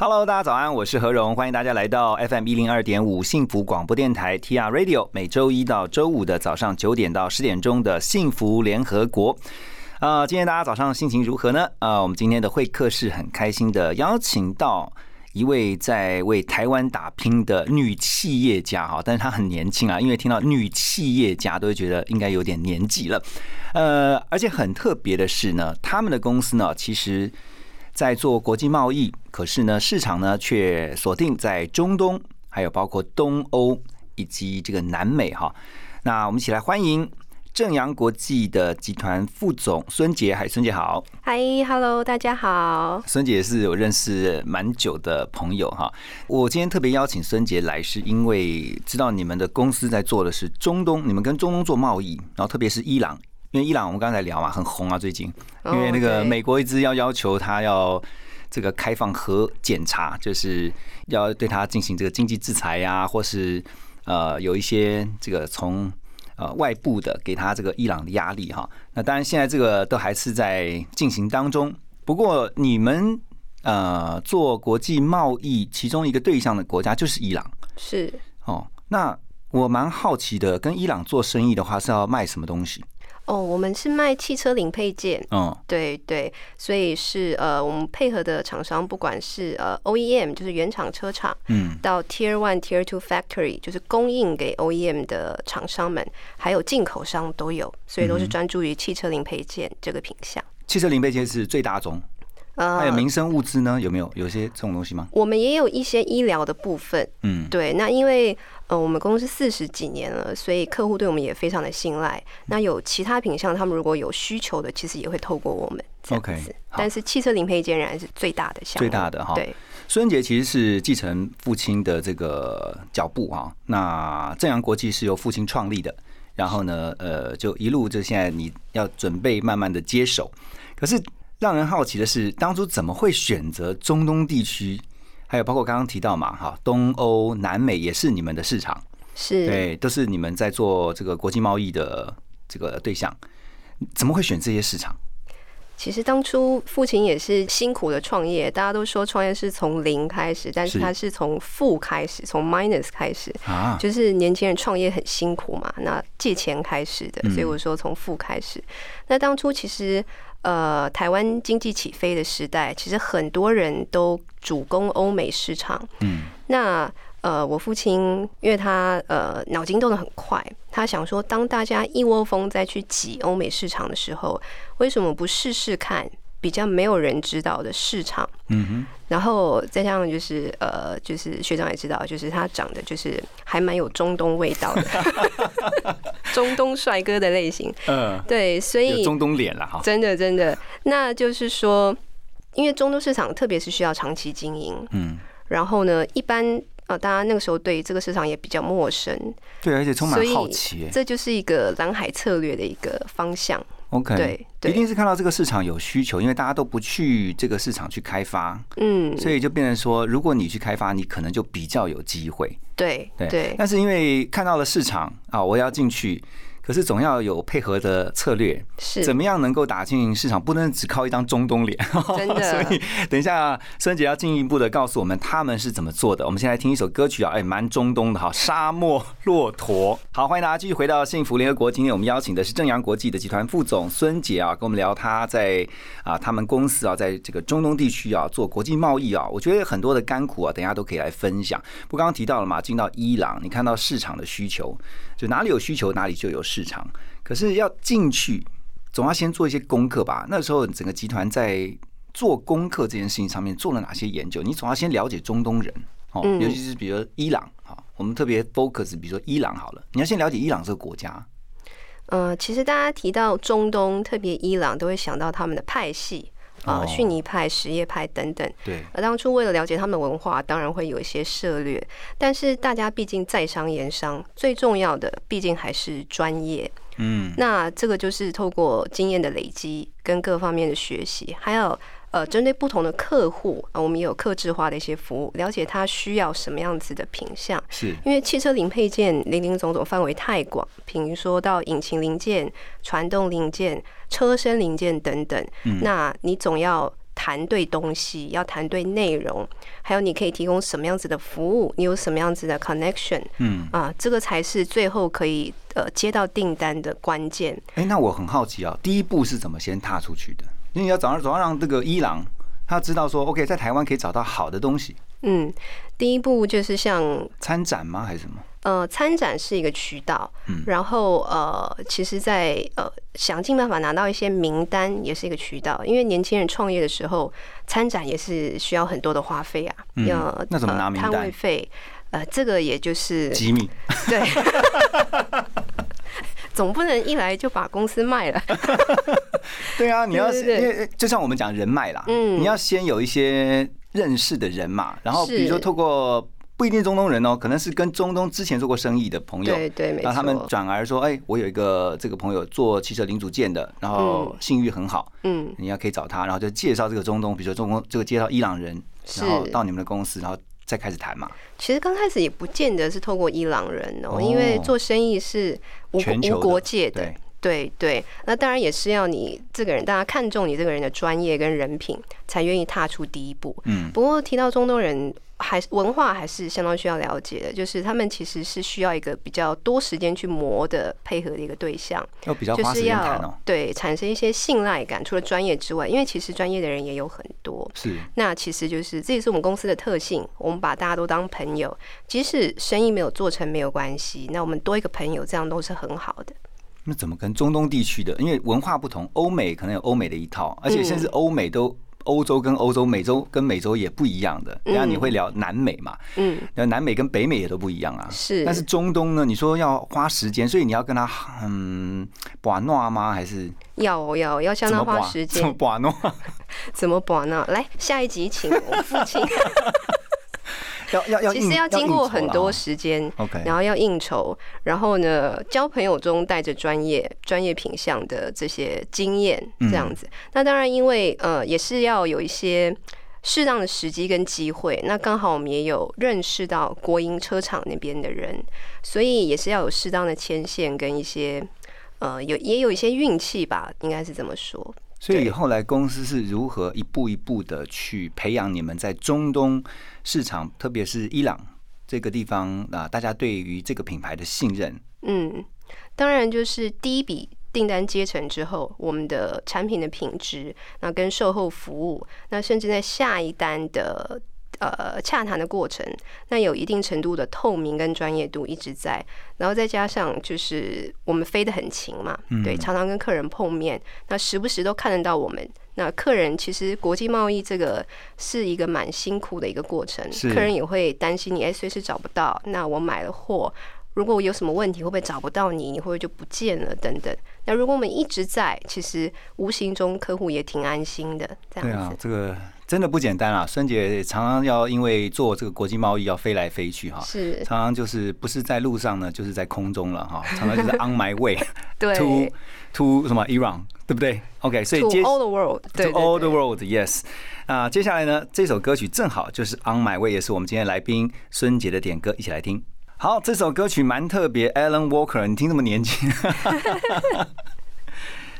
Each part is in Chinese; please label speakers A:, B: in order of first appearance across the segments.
A: Hello，大家早安，我是何荣，欢迎大家来到 FM 一零二点五幸福广播电台 TR Radio，每周一到周五的早上九点到十点钟的幸福联合国。呃，今天大家早上心情如何呢？呃，我们今天的会客室很开心的邀请到一位在为台湾打拼的女企业家哈，但是她很年轻啊，因为听到女企业家都会觉得应该有点年纪了。呃，而且很特别的是呢，他们的公司呢，其实在做国际贸易，可是呢，市场呢却锁定在中东，还有包括东欧以及这个南美哈。那我们一起来欢迎正阳国际的集团副总孙杰，嗨，孙杰好。
B: 嗨，Hello，大家好。
A: 孙姐也是我认识蛮久的朋友哈。我今天特别邀请孙姐来，是因为知道你们的公司在做的是中东，你们跟中东做贸易，然后特别是伊朗，因为伊朗我们刚才聊嘛，很红啊，最近，因
B: 哦
A: 为那个
B: 对
A: 美国一直要要求他要。这个开放核检查，就是要对他进行这个经济制裁呀、或是呃有一些这个从呃外部的给他这个伊朗的压力哈。那当然现在这个都还是在进行当中。不过你们呃做国际贸易，其中一个对象的国家就是伊朗
B: 是
A: 哦。那我蛮好奇的，跟伊朗做生意的话是要卖什么东西？
B: 哦，我们是卖汽车零配件，
A: 嗯，
B: 对对，所以是呃，我们配合的厂商，不管是呃 OEM，就是原厂车厂，
A: 嗯，
B: 到 Tier One、Tier Two Factory，就是供应给 OEM 的厂商们，还有进口商都有，所以
A: 嗯
B: 都是专注于汽车零配件这个品项。呃
A: 汽车零配件是最大宗，还
B: 啊
A: 有民生物资呢？有没有有些这种东西吗？
B: 我们也有一些医疗的部分，
A: 嗯
B: 对，那因为呃，我们公司四十几年了，所以客户对我们也非常的信赖。那有其他品项，他们如果有需求的，其实也会透过我们这样
A: OK，
B: 子。
A: 好
B: 但是汽车零配件仍然是最大的项目，
A: 最大的哈
B: 对，
A: 孙杰其实是继承父亲的这个脚步啊。那正阳国际是由父亲创立的，然后呢，呃，就一路就现在你要准备慢慢的接手。可是让人好奇的是，当初怎么会选择中东地区？还有包括刚刚提到嘛，哈，东欧、南美也是你们的市场，
B: 是。
A: 对，都是你们在做这个国际贸易的这个对象，怎么会选这些市场？
B: 其实当初父亲也是辛苦的创业，大家都说创业是从零开始，但是
A: 是
B: 他是从负开始，从 minus 开始。
A: 啊，
B: 就是年轻人创业很辛苦嘛，那借钱开始的，
A: 嗯
B: 所以我说从负开始。那当初其实呃，台湾经济起飞的时代，其实很多人都主攻欧美市场。
A: 嗯，
B: 那呃，我父亲因为他呃脑筋动得很快，他想说，当大家一窝蜂再去挤欧美市场的时候，为什么不试试看比较没有人知道的市场？
A: 嗯
B: 然后再加上就是呃，就是学长也知道，就是他长得就是还蛮有中东味道的， 中东帅哥的类型。
A: 哼，呃，
B: 对，所以
A: 有中东脸了哈，
B: 真的真的，那就是说，因为中东市场特别是需要长期经营，
A: 嗯，
B: 然后呢，一般呃大家那个时候对这个市场也比较陌生，
A: 对，而且充满
B: 所以
A: 好奇、欸，
B: 这就是一个蓝海策略的一个方向。
A: OK，
B: 对对
A: 一定是看到这个市场有需求，因为大家都不去这个市场去开发，
B: 嗯，
A: 所以就变成说，如果你去开发，你可能就比较有机会。
B: 对
A: 对，
B: 对
A: 但是因为看到了市场啊，我要进去，可是总要有配合的策略，
B: 是
A: 怎么样能够打进市场？不能只靠一张中东脸。
B: 真的
A: 所以等一下，孙姐要进一步的告诉我们他们是怎么做的。我们先来听一首歌曲啊，哎，蛮中东的哈，《沙漠骆驼》。好，欢迎大家继续回到幸福联合国。今天我们邀请的是正阳国际的集团副总孙姐啊，跟我们聊她在啊他们公司啊，在这个中东地区啊做国际贸易啊，我觉得很多的甘苦啊，等一下都可以来分享。不过刚刚提到了嘛，进到伊朗，你看到市场的需求，就哪里有需求，哪里就有市场。可是要进去，总要先做一些功课吧。那时候整个集团在做功课这件事情上面做了哪些研究？你总要先了解中东人哦，
B: 嗯
A: 尤其是比如说伊朗啊，我们特别 focus，比如说伊朗好了，你要先了解伊朗这个国家。
B: 呃，其实大家提到中东，特别伊朗，都会想到他们的派系。啊、
A: 哦
B: 逊尼派、什叶派等等。
A: 对，
B: 而当初为了了解他们的文化，当然会有一些涉略，但是大家毕竟在商言商，最重要的毕竟还是专业。
A: 嗯，
B: 那这个就是透过经验的累积跟各方面的学习，还有呃，针对不同的客户，呃我们也有客制化的一些服务，了解他需要什么样子的品相。
A: 是，
B: 因为汽车零配件零零总总范围太广，比如说到引擎零件、传动零件、车身零件等等，
A: 嗯
B: 那你总要谈对东西，要谈对内容，还有你可以提供什么样子的服务，你有什么样子的 connection
A: 嗯，
B: 啊，这个才是最后可以呃接到订单的关键。
A: 哎、那我很好奇啊，第一步是怎么先踏出去的？因为你要早上总要让这个伊朗他知道说，OK，在台湾可以找到好的东西，
B: 嗯，第一步就是像
A: 参展吗？还是什么？
B: 呃，参展是一个渠道，
A: 嗯
B: 然后呃，其实在，呃想尽办法拿到一些名单也是一个渠道，因为年轻人创业的时候，参展也是需要很多的花费啊，
A: 嗯
B: 要
A: 那怎么
B: 呃
A: 拿名
B: 摊
A: 单
B: 位费，呃，这个也就是
A: 机密，
B: 对，总不能一来就把公司卖了，
A: 对啊，你要
B: 对
A: 是
B: 对对
A: 因为就像我们讲人脉啦，
B: 嗯
A: 你要先有一些认识的人嘛，然后
B: 是
A: 比如说透过不一定中东人哦，可能是跟中东之前做过生意的朋友，
B: 对对，没
A: 让他们
B: 错，
A: 转而说，哎，我有一个这个朋友做汽车零组件的，然后信誉很好，
B: 嗯，
A: 你要可以找他，然后就介绍这个中东，比如说中东这个介绍伊朗人，
B: 是
A: 然后到你们的公司，然后再开始谈嘛，
B: 其实刚开始也不见得是透过伊朗人哦，因为
A: 哦
B: 做生意是无
A: 全球
B: 国
A: 的
B: 无国界的
A: 对。，
B: 对对，那当然也是要你这个人，大家看重你这个人的专业跟人品，才愿意踏出第一步。
A: 嗯，
B: 不过提到中东人，还是文化还是相当需要了解的，就是他们其实是需要一个比较多时间去磨的配合的一个对象，
A: 要比较
B: 就
A: 花时
B: 是
A: 间谈哦
B: 要，对产生一些信赖感。除了专业之外，因为其实专业的人也有很多，
A: 是，
B: 那其实就是这也是我们公司的特性，我们把大家都当朋友，即使生意没有做成没有关系，那我们多一个朋友，这样都是很好的。
A: 那怎么跟中东地区的？因为文化不同，欧美可能有欧美的一套，而
B: 嗯
A: 且甚至欧美都。欧洲跟欧洲，美洲跟美洲也不一样的。
B: 嗯
A: 然后你会聊南美嘛？
B: 嗯，
A: 那南美跟北美也都不一样啊。
B: 是
A: 但是中东呢？你说要花时间，所以你要跟他嗯，把诺吗？还是
B: 要要要相
A: 怎么
B: 当花
A: 把
B: 时
A: 怎么
B: 间，
A: 把诺？
B: 怎么把呢？来下一集请我父亲，
A: 要要 要
B: 其
A: 应，
B: 实要经过很多
A: 应酬
B: 时间，
A: 啦 OK，
B: 然后要应酬，然后呢交朋友中带着专业专业品相的这些经验，
A: 嗯
B: 这样子。那当然，因为呃也是要有一些。适当的时机跟机会，那刚好我们也有认识到国营车厂那边的人，所以也是要有适当的牵线跟一些，呃，有也有一些运气吧，应该是这么说。
A: 所以后来公司是如何一步一步的去培养你们在中东市场，特别是伊朗这个地方啊，大家对于这个品牌的信任？
B: 嗯，当然就是第一笔订单接成之后，我们的产品的品质，那跟售后服务，那甚至在下一单的。呃，洽谈的过程，那有一定程度的透明跟专业度一直在，然后再加上就是我们飞得很勤嘛，对，常常跟客人碰面，那时不时都看得到我们。那客人其实国际贸易这个是一个蛮辛苦的一个过程，
A: 是
B: 客人也会担心你，哎，随时找不到，那我买了货，如果我有什么问题，会不会找不到你？你会不会就不见了？等等。那如果我们一直在，其实无形中客户也挺安心的，这
A: 对
B: 样
A: 啊
B: 子。，
A: 这个真的不简单啊！孙姐常常要因为做这个国际贸易要飞来飞去哈，
B: 是，
A: 常常就是不是在路上呢，就是在空中了哈，常常就是 on my way
B: 对
A: to to 什么 Iran，对不对？OK，所以
B: ，to
A: 接
B: all the world，对
A: To
B: 对
A: all
B: 对
A: the world, yes。啊，接下来呢，这首歌曲正好就是 On My Way，也是我们今天来宾孙杰的点歌，一起来听。好，这首歌曲蛮特别，Alan Walker，你听这么 年轻，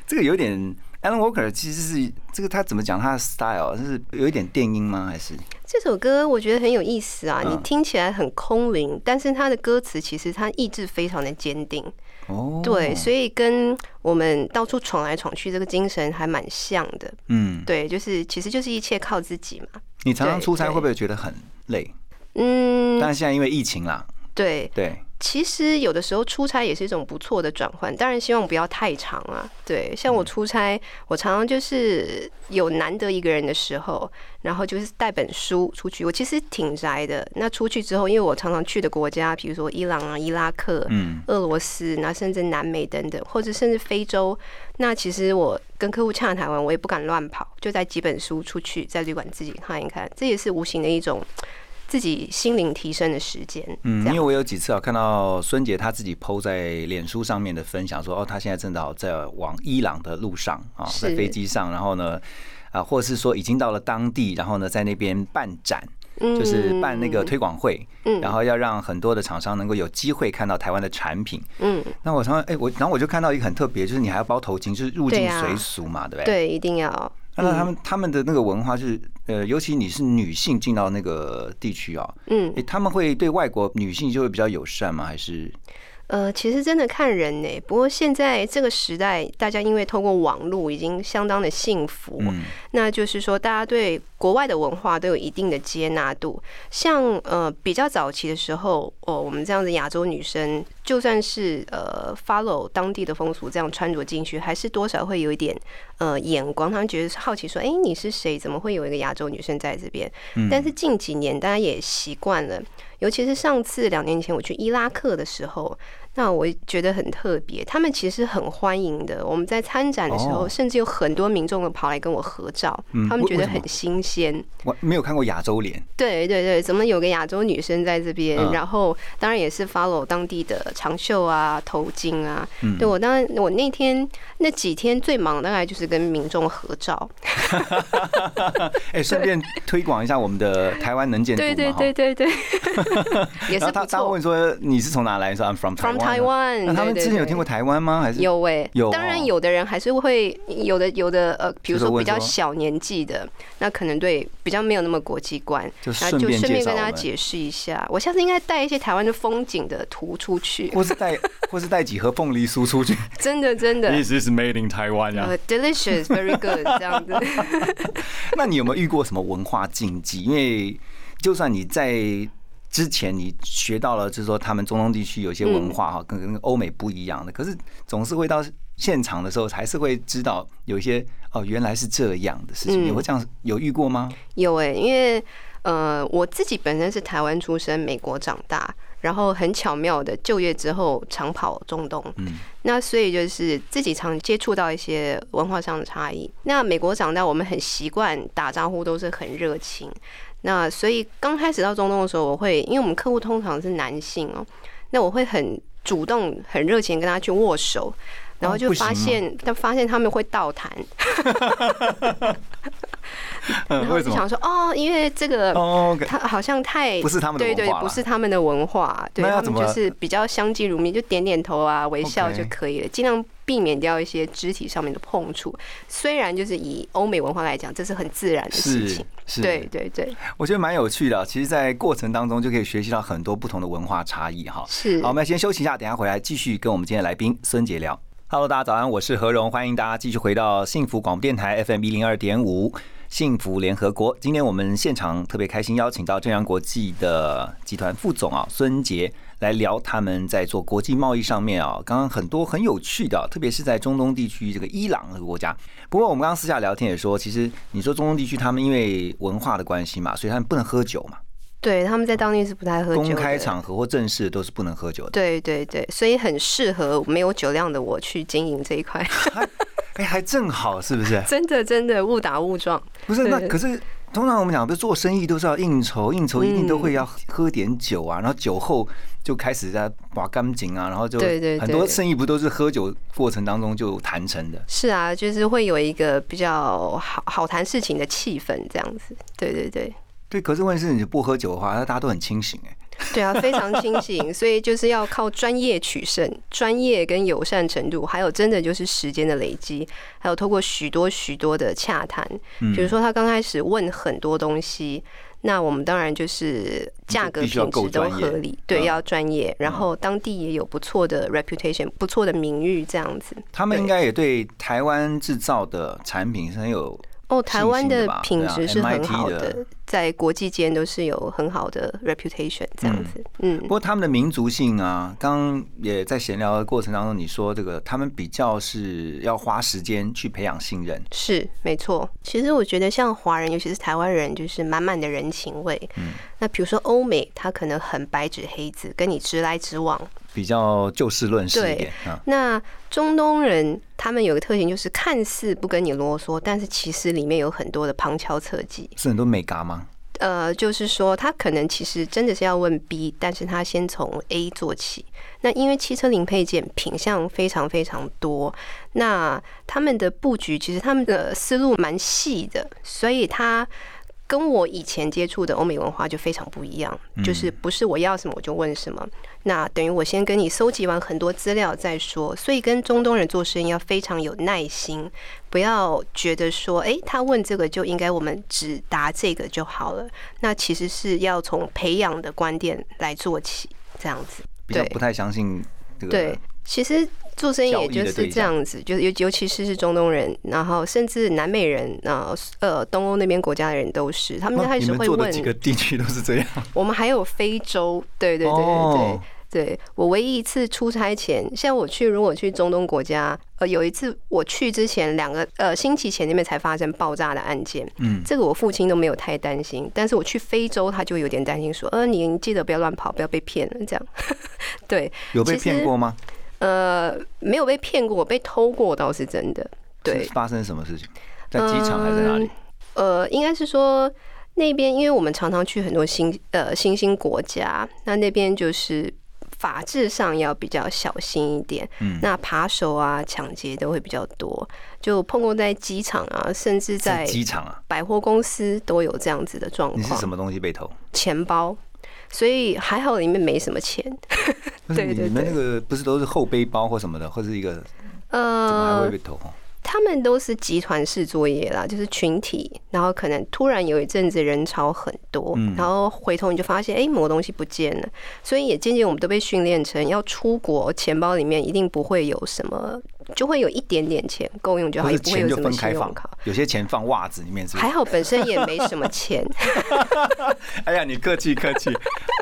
A: 这个有点 Alan Walker 其实是这个他怎么讲他的 style 是有一点电音吗？还是
B: 这首歌我觉得很有意思啊，
A: 嗯
B: 你听起来很空灵，但是它的歌词其实它意志非常的坚定，
A: 哦，
B: 对，所
A: 以
B: 以跟我们到处闯来闯去这个精神还蛮像的。
A: 嗯，
B: 对，就是其实就是一切靠自己嘛。
A: 你常常出差
B: 对对
A: 会不会觉得很累？
B: 嗯，
A: 但是现在因为疫情啦，
B: 对，
A: 对，
B: 其实有的时候出差也是一种不错的转换，当然希望不要太长啊。对，像
A: 嗯
B: 我出差，我常常就是有难得一个人的时候，然后就是带本书出去。我其实挺宅的。那出去之后，因为我常常去的国家，比如说伊朗啊、伊拉克、
A: 嗯，
B: 俄罗斯，然后甚至南美等等，或者甚至非洲。那其实我跟客户洽谈完，我也不敢乱跑，就带几本书出去，在旅馆自己看一看，这也是无形的一种自己心灵提升的时间。
A: 嗯，
B: 这
A: 因
B: 样
A: 为我有几次啊看到孙姐她自己 PO 在脸书上面的分享说，哦，她现在正好在往伊朗的路上啊，在
B: 是
A: 飞机上，然后呢，啊，或是说已经到了当地，然后呢，在那边办展，就是办那个推广会，
B: 嗯
A: 然后要让很多的厂商能够有机会看到台湾的产品。
B: 嗯，
A: 那我常常哎、我然后我就看到一个很特别，就是你还要包头巾，就是入境
B: 对啊
A: 随俗嘛，对不对？。
B: 对，一定要。
A: 那他们他们的那个文化就是，呃，尤其你是女性进到那个地区哦，
B: 嗯
A: 诶，他们会对外国女性就会比较友善吗？还是
B: 呃，其实真的看人呢、不过现在这个时代，大家因为透过网络已经相当的幸福，
A: 嗯
B: 那就是说大家对国外的文化都有一定的接纳度。像呃比较早期的时候，哦，我们这样子亚洲女生，就算是呃 follow 当地的风俗这样穿着进去，还是多少会有一点呃眼光，他们觉得好奇说，哎、你是谁？怎么会有一个亚洲女生在这边？
A: 嗯
B: 但是近几年大家也习惯了。尤其是上次两年前我去伊拉克的时候，那我觉得很特别，他们其实很欢迎的。我们在参展的时候，
A: 哦
B: 甚至有很多民众跑来跟我合照，
A: 嗯
B: 他们
A: 为
B: 觉得
A: 为什么
B: 很新鲜。
A: 我没有看过亚洲脸？
B: 对对对，怎么有个亚洲女生在这边？
A: 嗯
B: 然后当然也是 follow 当地的长袖啊、头巾啊。
A: 嗯
B: 对我当然，我那天那几天最忙，大概就是跟民众合照。
A: 哎，顺便推广一下我们的台湾能见度
B: 对
A: 嘛
B: 对
A: 哈
B: 对对对， 也
A: 然
B: 是不
A: 后他他
B: 错
A: 问。说你是从哪来？说 I'm from
B: From
A: Taiwan 啊。
B: Taiwan，
A: 那他们
B: 对对
A: 之前有
B: 对
A: 听过台湾吗？还是
B: 有诶、
A: 有
B: 当然
A: 哦
B: 有的人还是会有的，有的呃，比如
A: 就是
B: 说
A: 问
B: 比较
A: 说
B: 小年纪的，那可能对比较没有那么国际观，
A: 就
B: 然
A: 顺
B: 啊后就
A: 便
B: 顺
A: 介
B: 便
A: 绍
B: 跟大
A: 我
B: 家
A: 们，
B: 解释一下，我下次应该带一些台湾的风景的图出去，
A: 或是带或是带几盒凤梨酥出 去。
B: 真的真的，
A: This is made in Taiwan 呀
B: 呃，delicious，very good 这样 子。
A: 那你有没有遇过什么文化禁忌？因为就算你在之前你学到了，就是说他们中东地区有些文
B: 嗯
A: 化哈，跟跟欧美不一样的，可是总是会到现场的时候，还是会知道有一些哦，原来是这样的事情。
B: 嗯
A: 你会这样有遇过吗？
B: 有诶、因为呃，我自己本身是台湾出生，美国长大，然后很巧妙的就业之后长跑中东，
A: 嗯，
B: 那所以就是自己常接触到一些文化上的差异。那美国长大，我们很习惯打招呼都是很热情。那所以刚开始到中东的时候，我会因为我们客户通常是男性哦、那我会很主动、很热情地跟他去握手，然后
A: 哦
B: 就
A: 不行吗
B: 发现，但发现他们会倒谈，然后
A: 嗯为
B: 我
A: 什
B: 就
A: 么？
B: 想说哦，因为这个
A: 哦，OK，
B: 他好像太
A: 不是他们的
B: 对
A: 文
B: 对
A: 化，啦
B: 不是他们的文化，对
A: 那要
B: 他
A: 怎
B: 们
A: 么
B: 就是比较相敬如宾，就点点头啊，微笑
A: OK
B: 就可以了，尽量避免掉一些肢体上面的碰触。虽然就是以欧美文化来讲，这是很自然的事
A: 是
B: 情。
A: 是，
B: 对，对对，
A: 我觉得蛮有趣的。啊其实，在过程当中就可以学习到很多不同的文化差异哈。
B: 是
A: 好，我们先休息一下，等一下回来继续跟我们今天的来宾孙杰聊。Hello，大家早安，我是何荣，欢迎大家继续回到幸福广播电台 FM 一零二点五。幸福联合国，今天我们现场特别开心邀请到正阳国际的集团副总啊孙杰来聊他们在做国际贸易上面啊，刚刚很多很有趣的啊，特别是在中东地区这个伊朗这个国家。不过我们刚刚私下聊天也说，其实你说中东地区他们因为文化的关系嘛，所以他们不能喝酒嘛，
B: 对，他们在当地是不太喝酒的。
A: 公开场合或正式都是不能喝酒的。
B: 对对对，所以很适合没有酒量的我去经营这一块，？
A: 哎、还正好是不是
B: 真的真的误打误撞。
A: 不是，那
B: 对
A: 可是通常我们讲，不是做生意都是要应酬，应酬一定都
B: 嗯
A: 会要喝点酒啊，然后酒后就开始在把干净啊，然后就
B: 对对对
A: 很多生意不都是喝酒过程当中就谈成的。
B: 是啊，就是会有一个比较好好谈事情的气氛，这样子。对对 对。
A: 对，可是问题是你不喝酒的话，那大家都很清醒哎、
B: 对啊，非常清醒，所以就是要靠专业取胜，专业跟友善程度，还有真的就是时间的累积，还有透过许多许多的洽谈，
A: 嗯
B: 比如说他刚开始问很多东西。那我们当然就是价格
A: 必须要
B: 品
A: 够
B: 质都合
A: 专
B: 理，
A: 嗯
B: 对，要专业，然后当地也有不错的 reputation，不错的名誉，这样子。
A: 他们
B: 对
A: 应该也对台湾制造的产品是很有
B: 哦，台湾
A: 信心的
B: 的
A: 吧
B: 品
A: 对
B: 质
A: 啊
B: 是很
A: MIT
B: 好
A: 的
B: 的，在国际间都是有很好的 reputation 这样子。嗯
A: 不，过他们的民族性啊，刚刚也在闲聊的过程当中，你说这个他们比较是要花时间去培养信任，
B: 是没错。其实我觉得像华人，尤其是台湾人，就是满满的人情味。
A: 嗯
B: 那比如说欧美，他可能很白纸黑字，跟你直来直往。
A: 比较就事论事一
B: 对
A: 点啊。
B: 那中东人他们有个特点，就是看似不跟你啰嗦，但是其实里面有很多的旁敲侧击。
A: 是很多美嘎吗？
B: 呃，就是说他可能其实真的是要问 B，但是他先从 A 做起。那因为汽车零配件品相非常非常多，那他们的布局其实他们的思路蛮细的，所以他。跟我以前接触的欧美文化就非常不一样，就是不是我要什么我就问什么，那等于我先跟你搜集完很多资料再说，所以跟中东人做生意要非常有耐心，不要觉得说，诶，他问这个就应该我们只答这个就好了，那其实是要从培养的观点来做起，这样子。
A: 比较
B: 对
A: 不太相信这个。
B: 对，其实做生意
A: 交
B: 也
A: 易
B: 就
A: 的
B: 是
A: 对
B: 这
A: 象
B: 样子，就是尤尤其是是中东人，然后甚至南美人，呃呃，东欧那边国家的人都是，他们
A: 哇
B: 一开
A: 哦你
B: 始
A: 们
B: 会
A: 做的几个
B: 问。
A: 地区都是这样。
B: 我们还有非洲，对对对对对。
A: 哦
B: 对我唯一一次出差前，像我去如果去中东国家，呃，有一次我去之前两个呃星期前那边才发生爆炸的案件，
A: 嗯，
B: 这个我父亲都没有太担心，但是我去非洲他就有点担心，说，呃，您记得不要乱跑，不要被骗了这样。 对，
A: 有被
B: 其实
A: 骗过吗？
B: 呃，没有被骗过，被偷过倒是真的。对
A: 是，发生什么事情？在机场还是在哪里？
B: 呃，应该是说那边，因为我们常常去很多新呃新兴国家，那那边就是法制上要比较小心一点。
A: 嗯
B: 那扒手啊、抢劫都会比较多，就碰过在机场啊，甚至
A: 在
B: 在
A: 机场啊？
B: 百货公司都有这样子的状
A: 你是
B: 况。
A: 什么东西被偷？
B: 钱包，所以还好里面没什么钱。
A: 不是
B: 对
A: 你
B: 对
A: 你们
B: 对
A: 那个不是都是后背包或什么的，或是一个怎么还
B: 呃
A: 会，被偷？
B: 他们都是集团式作业啦，就是群体，然后可能突然有一阵子人潮很多，
A: 嗯
B: 然后回头你就发现，哎、某个东西不见了，所以也渐渐我们都被训练成要出国，钱包里面一定不会有什么，就会有一点点钱够用就
A: 或
B: 好，也
A: 是
B: 不会
A: 钱
B: 有
A: 就
B: 什么
A: 分
B: 信
A: 开
B: 用
A: 放
B: 卡。，
A: 有些钱放袜子里面是不是
B: 还好本身也没什么钱，
A: 哎呀，你客气客 气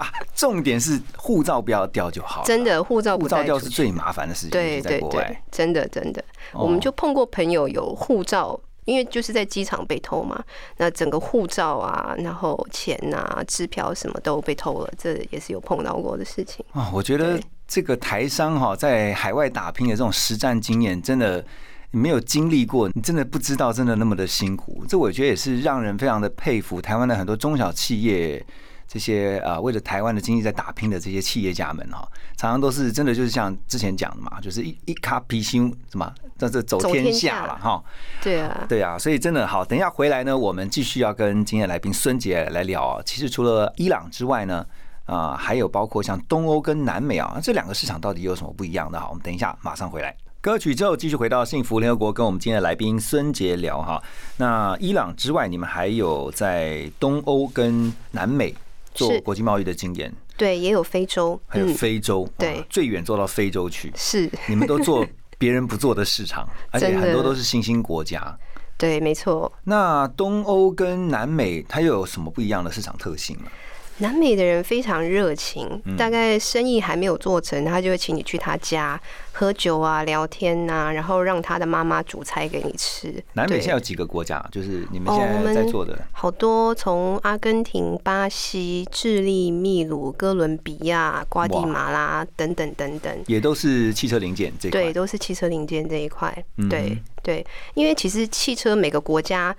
A: 啊！重点是护照不要掉就 好了，
B: 真的护照
A: 护
B: 不
A: 照
B: 带
A: 掉
B: 出
A: 是
B: 去。
A: 最麻烦的事情，尤
B: 对
A: 其在
B: 对
A: 国
B: 对
A: 外，
B: 真的真的，我
A: 哦
B: 们就碰过朋友有护照，因为就是在机场被偷嘛，那整个护照啊，然后钱啊、支票什么都被偷了，这也是有碰到过的事情。
A: 啊！我觉得
B: 对
A: 这个台商哈，在海外打拼的这种实战经验，真的。你没有经历过，你真的不知道，真的那么的辛苦。这我觉得也是让人非常的佩服。台湾的很多中小企业，这些啊、呃为了台湾的经济在打拼的这些企业家们哈，常常都是真的就是像之前讲的嘛，就是一一卡皮心什么，那这走
B: 走
A: 天
B: 天
A: 下
B: 下
A: 了哈。
B: 对啊，
A: 对啊，所以真的好，等一下回来呢，我们继续要跟今天的来宾孙杰来聊啊。其实除了伊朗之外呢，啊、还有包括像东欧跟南美啊，这两个市场到底有什么不一样的？好，我们等一下马上回来。歌曲之后，继续回到幸福联合国，跟我们今天的来宾孙杰聊哈。那伊朗之外，你们还有在东欧跟南美做
B: 是
A: 国际贸易的经验，
B: 对，也有非洲，
A: 还有，非洲，哇
B: 嗯对，
A: 最远做到非洲去
B: 是
A: 你们都做别人不做的 市场，而且
B: 真的
A: 很多都是新兴国家。
B: 对，没错。
A: 那东欧跟南美它又有什么不一样的市场特性呢？
B: 南美的人非常热情，
A: 嗯
B: 大概生意还没有做成，他就会请你去他家喝酒啊、聊天呐、然后让他的妈妈煮菜给你吃。
A: 南美
B: 对
A: 现在有几个国家，就是你们
B: 哦
A: 现
B: 我
A: 在
B: 们
A: 在做的，
B: 好多从阿根廷、巴西、智利、秘鲁、哥伦比亚、瓜地马拉等等等等，
A: 也都是汽车零件这一块
B: 对，。都是汽车零件这一块。
A: 嗯
B: 对对，因为其实汽车每个国家，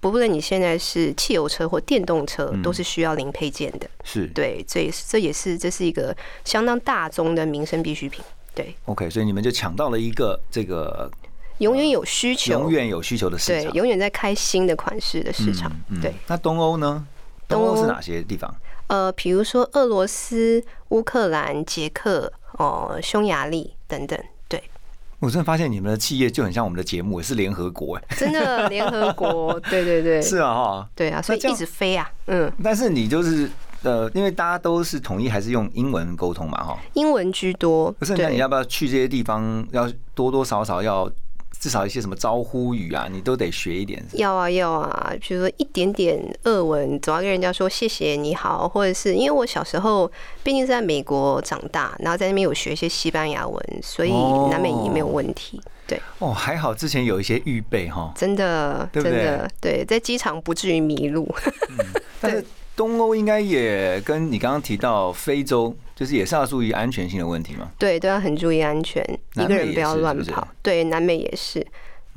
B: 不论你现在是汽油车或电动车，
A: 嗯
B: 都是需要零配件的。
A: 是
B: 对，这也是这也是这是一个相当大宗的民生必需品。对，
A: OK，所以你们就抢到了一个这个
B: 永远有需求
A: 永，远有需求的市
B: 对
A: 场，
B: 永远在开新的款式的市场。
A: 嗯
B: 对。
A: 那东欧呢？
B: 东
A: 东
B: 欧
A: 欧是哪些地方？
B: 呃，比如说俄罗斯、乌克兰、捷克、哦、匈牙利等等。对，
A: 我真的发现你们的企业就很像我们的节目，也是联合国哎，
B: 真 的联合国，对对对，
A: 是啊哈。
B: 对啊，所以
A: 这样
B: 一直飞啊，嗯，
A: 但是你就是呃，因为大家都是统一还是用英文沟通嘛哈。
B: 英文居多，
A: 可是那你
B: 对
A: 要不要去这些地方？要多多少少要至少一些什么招呼语啊，你都得学一点。
B: 要啊要啊，比如说一点点俄文，总要跟人家说谢谢你好，或者是因为我小时候毕竟是在美国长大，然后在那边有学一些西班牙文，所以
A: 哦
B: 难免也没有问题。对，
A: 哦，还好之前有一些预备哈，
B: 真的
A: 对
B: 真
A: 不对
B: 的对，在机场不至于迷路。
A: 但是东欧应该也跟你刚刚提到非洲，就是也是要注意安全性的问题嘛。
B: 对，都要很注意安全，一
A: 南
B: 个
A: 美
B: 人
A: 也
B: 不要
A: 是
B: 乱
A: 是不是
B: 跑。对，南美也是。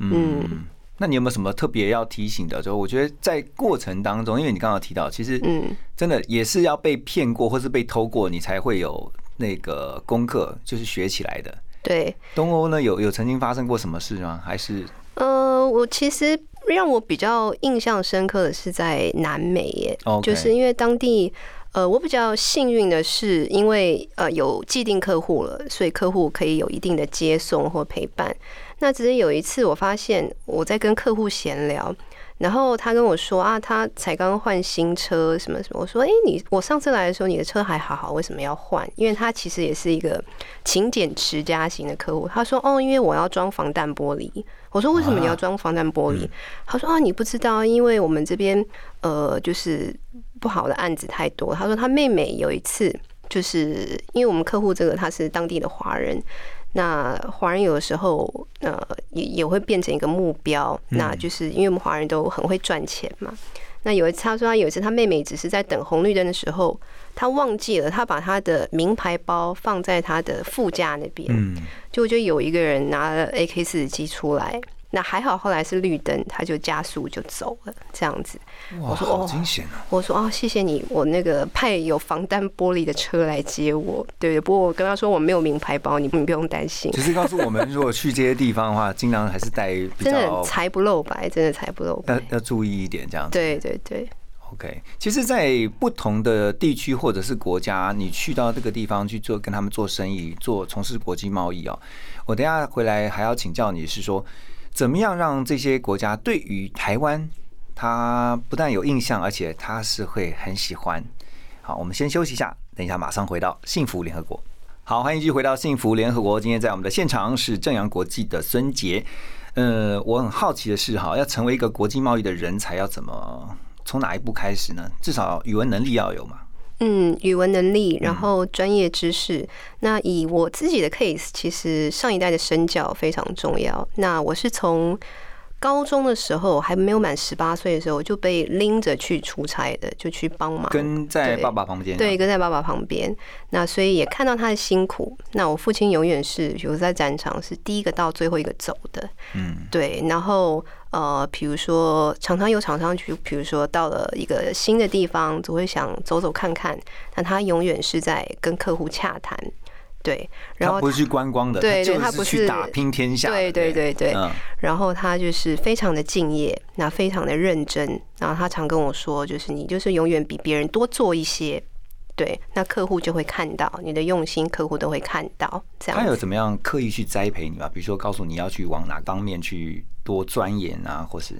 A: 嗯，那你有没有什么特别要提醒的？就我觉得在过程当中，因为你刚刚有提到，其实
B: 嗯
A: 真的也是要被骗过或是被偷过，你才会有那个功课，就是学起来的。
B: 对，
A: 东欧呢，有有曾经发生过什么事吗？还是
B: 呃，我其实让我比较印象深刻的是在南美耶
A: OK
B: 就是因为当地。呃，我比较幸运的是，因为呃有既定客户了，所以客户可以有一定的接送或陪伴。那只是有一次，我发现我在跟客户闲聊，然后他跟我说啊，他才刚换新车，什么什么。我说，哎、你我上次来的时候，你的车还好好，为什么要换？因为他其实也是一个勤俭持家型的客户。他说，哦，因为我要装防弹玻璃。我说，为什么你要装防弹玻璃？他说，啊，你不知道，因为我们这边呃，就是不好的案子太多。他说，他妹妹有一次，就是因为我们客户这个他是当地的华人，那华人有的时候，呃，也也会变成一个目标。那就是因为我们华人都很会赚钱嘛。那有一次，他说他有一次他妹妹只是在等红绿灯的时候，他忘记了，他把他的名牌包放在他的副驾那边。
A: 嗯，
B: 就就有一个人拿了 AK 四十七出来，那还好后来是绿灯，他就加速就走了，这样子。
A: 哇，
B: 我说
A: 好
B: 哦
A: 惊险哦！
B: 我说哦，谢谢你，我那个派有防弹玻璃的车来接我。对，不过我跟他说我没有名牌包，你你不用担心，
A: 只是告诉我们，如果去这些地方的话，尽量还是带比
B: 真的
A: 较
B: 财不露白，真的财不露白
A: 要。要注意一点这样子。
B: 对对对，
A: OK，其实，在不同的地区或者是国家，你去到这个地方去做跟他们做生意，做从事国际贸易哦。我等一下回来还要请教你是说，怎么样让这些国家对于台湾，他不但有印象，而且他是会很喜欢。好，我们先休息一下，等一下马上回到幸福联合国。好，欢迎继续回到幸福联合国。今天在我们的现场是正阳国际的孙杰。呃，我很好奇的是，哈，要成为一个国际贸易的人才，要怎么从哪一步开始呢？至少语文能力要有嘛。
B: 嗯，语文能力，然后专业知识。那以我自己的 case，其实上一代的身教非常重要。那我是从高中的时候还没有满十八岁的时候，我就被拎着去出差的，就去帮忙。
A: 跟在
B: 哦对
A: 爸啊爸旁边，
B: 对，，跟在爸爸旁边，那所以也看到他的辛苦。那我父亲永远是，比如在战场是第一个到最后一个走的，
A: 嗯，
B: 对，然后呃，比如说常常有厂商去，比如说到了一个新的地方，总会想走走看看，但他永远是在跟客户洽谈，对，然
A: 他
B: 后
A: 不是去观光的，
B: 对对
A: 就
B: 他不是
A: 去打拼天下的，
B: 对对对对，
A: 嗯，
B: 然后他就是非常的敬业，那非常的认真，然后他常跟我说，就是你就是永远比别人多做一些。对，那客户就会看到你的用心，客户都会看到这
A: 他
B: 样
A: 有
B: 子。
A: 怎么样刻意去栽培你吗？比如说告诉你要去往哪方面去多钻研啊，或是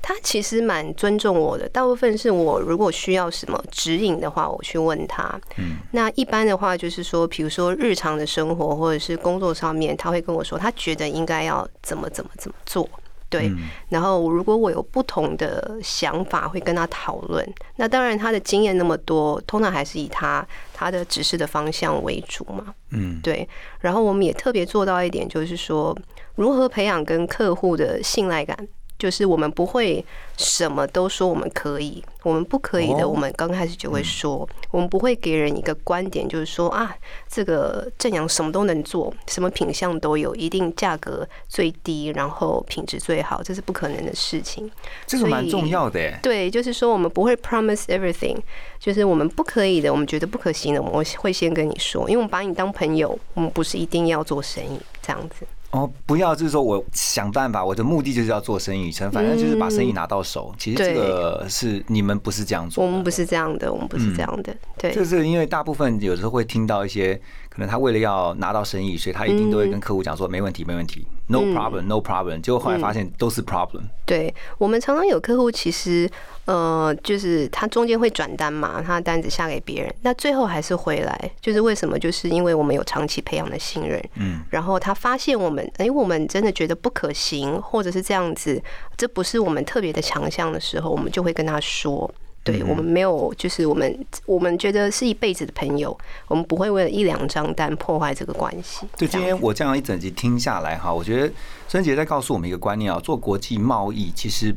B: 他其实蛮尊重我的，大部分是我如果需要什么指引的话，我去问他。嗯，那一般的话就是说，比如说日常的生活或者是工作上面，他会跟我说，他觉得应该要怎么怎么怎么做。对，然后如果我有不同的想法，会跟他讨论。那当然，他的经验那么多，通常还是以他他的指示的方向为主嘛。
A: 嗯，
B: 对，然后我们也特别做到一点，就是说如何培养跟客户的信赖感。就是我们不会什么都说我们可以，我们不可以的，
A: 哦
B: 我们刚开始就会说，我们不会给人一个观点，就是说啊，这个正阳什么都能做，什么品相都有，一定价格最低，然后品质最好，这是不可能的事情。
A: 这个蛮
B: 所以
A: 重要的耶。
B: 对，就是说我们不会 promise everything，就是我们不可以的，我们觉得不可行的，我们会先跟你说，因为我们把你当朋友，我们不是一定要做生意这样子。
A: 哦，不要，就是说我想办法，我的目的就是要做生意，成反正就是把生意拿到手。其实这
B: 嗯对
A: 个是你们不是这样做
B: 我
A: 的，
B: 们不是这样的，我们不是这样的。对
A: 就是因为大部分有时候会听到一些可能他为了要拿到生意，所以他一定都会跟客户讲说没问题，没问题，no
B: 嗯
A: problem，no problem。结果后来发现都是 problem，
B: 对我们常常有客户，其实呃，就是他中间会转单嘛，他的单子下给别人，那最后还是回来，就是为什么？就是因为我们有长期培养的信任，
A: 嗯，
B: 然后他发现我们，哎、我们真的觉得不可行，或者是这样子，这不是我们特别的强项的时候，我们就会跟他说。
A: 嗯
B: 对我们没有，就是我们我们觉得是一辈子的朋友，我们不会为了一两张单破坏这个关系。这
A: 就今
B: 样
A: 天我这样一整集听下来哈，我觉得孙杰在告诉我们一个观念啊，做国际贸易其实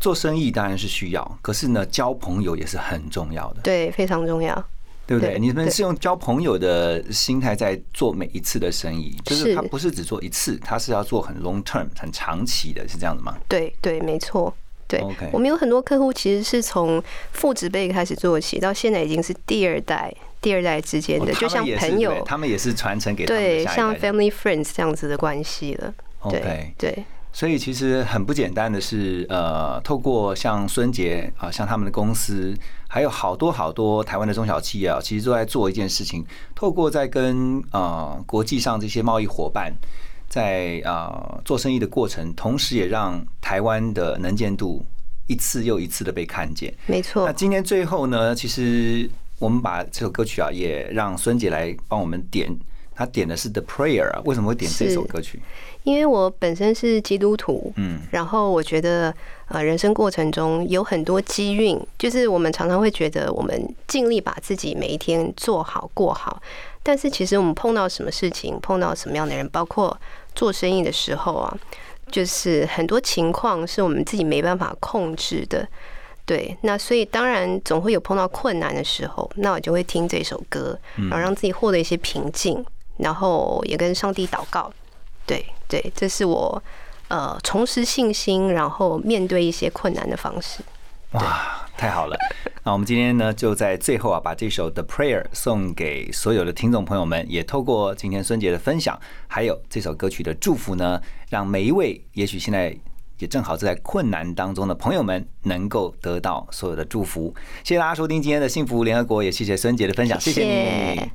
A: 做生意当然是需要，可是呢，交朋友也是很重要的，
B: 对非常重要。
A: 对不对？
B: 对
A: 你们
B: 对
A: 是用交朋友的心态在做每一次的生意，就是
B: 是
A: 他不是只做一次，他是要做很 long term、很长期的，是这样的吗？
B: 对对，没错。对
A: OK
B: 我们有很多客户其实是从父职辈开始做起，到现在已经是第二代、第二代之间
A: 哦
B: 的，就
A: 他们
B: 像
A: 也是
B: 朋
A: 对
B: 友，
A: 他们也是传承给他们
B: 对，
A: 的下
B: 像
A: 一代的。
B: family friends 这样子的关系了。对
A: OK，
B: 对
A: 所以其实很不简单的是，呃，透过像孙杰啊、像他们的公司，还有好多好多台湾的中小企业啊，其实都在做一件事情，透过在跟呃国际上这些贸易伙伴。在呃做生意的过程，同时也让台湾的能见度一次又一次的被看见。
B: 没
A: 那
B: 错，
A: 今天最后呢，其实我们把这首歌曲啊，也让孙姐来帮我们点，她点的是《The Prayer》啊，为什么会点这首
B: 是
A: 歌曲？
B: 因为我本身是基督徒，
A: 嗯，
B: 然后我觉得，呃，人生过程中有很多机运，就是我们常常会觉得我们尽力把自己每一天做好过好，但是其实我们碰到什么事情，碰到什么样的人，包括做生意的时候啊，就是很多情况是我们自己没办法控制的。对，那所以当然总会有碰到困难的时候，那我就会听这首歌，然后让自己获得一些平静，然后也跟上帝祷告。对对，这是我呃重拾信心，然后面对一些困难的方式。
A: 哇，太好了！那我们今天呢，就在最后啊，把这首《The Prayer》送给所有的听众朋友们，也透过今天孙姐的分享，还有这首歌曲的祝福呢，让每一位也许现在也正好是在困难当中的朋友们，能够得到所有的祝福。谢谢大家收听今天的幸福联合国，也谢谢孙姐的分享，谢谢你。
B: 谢谢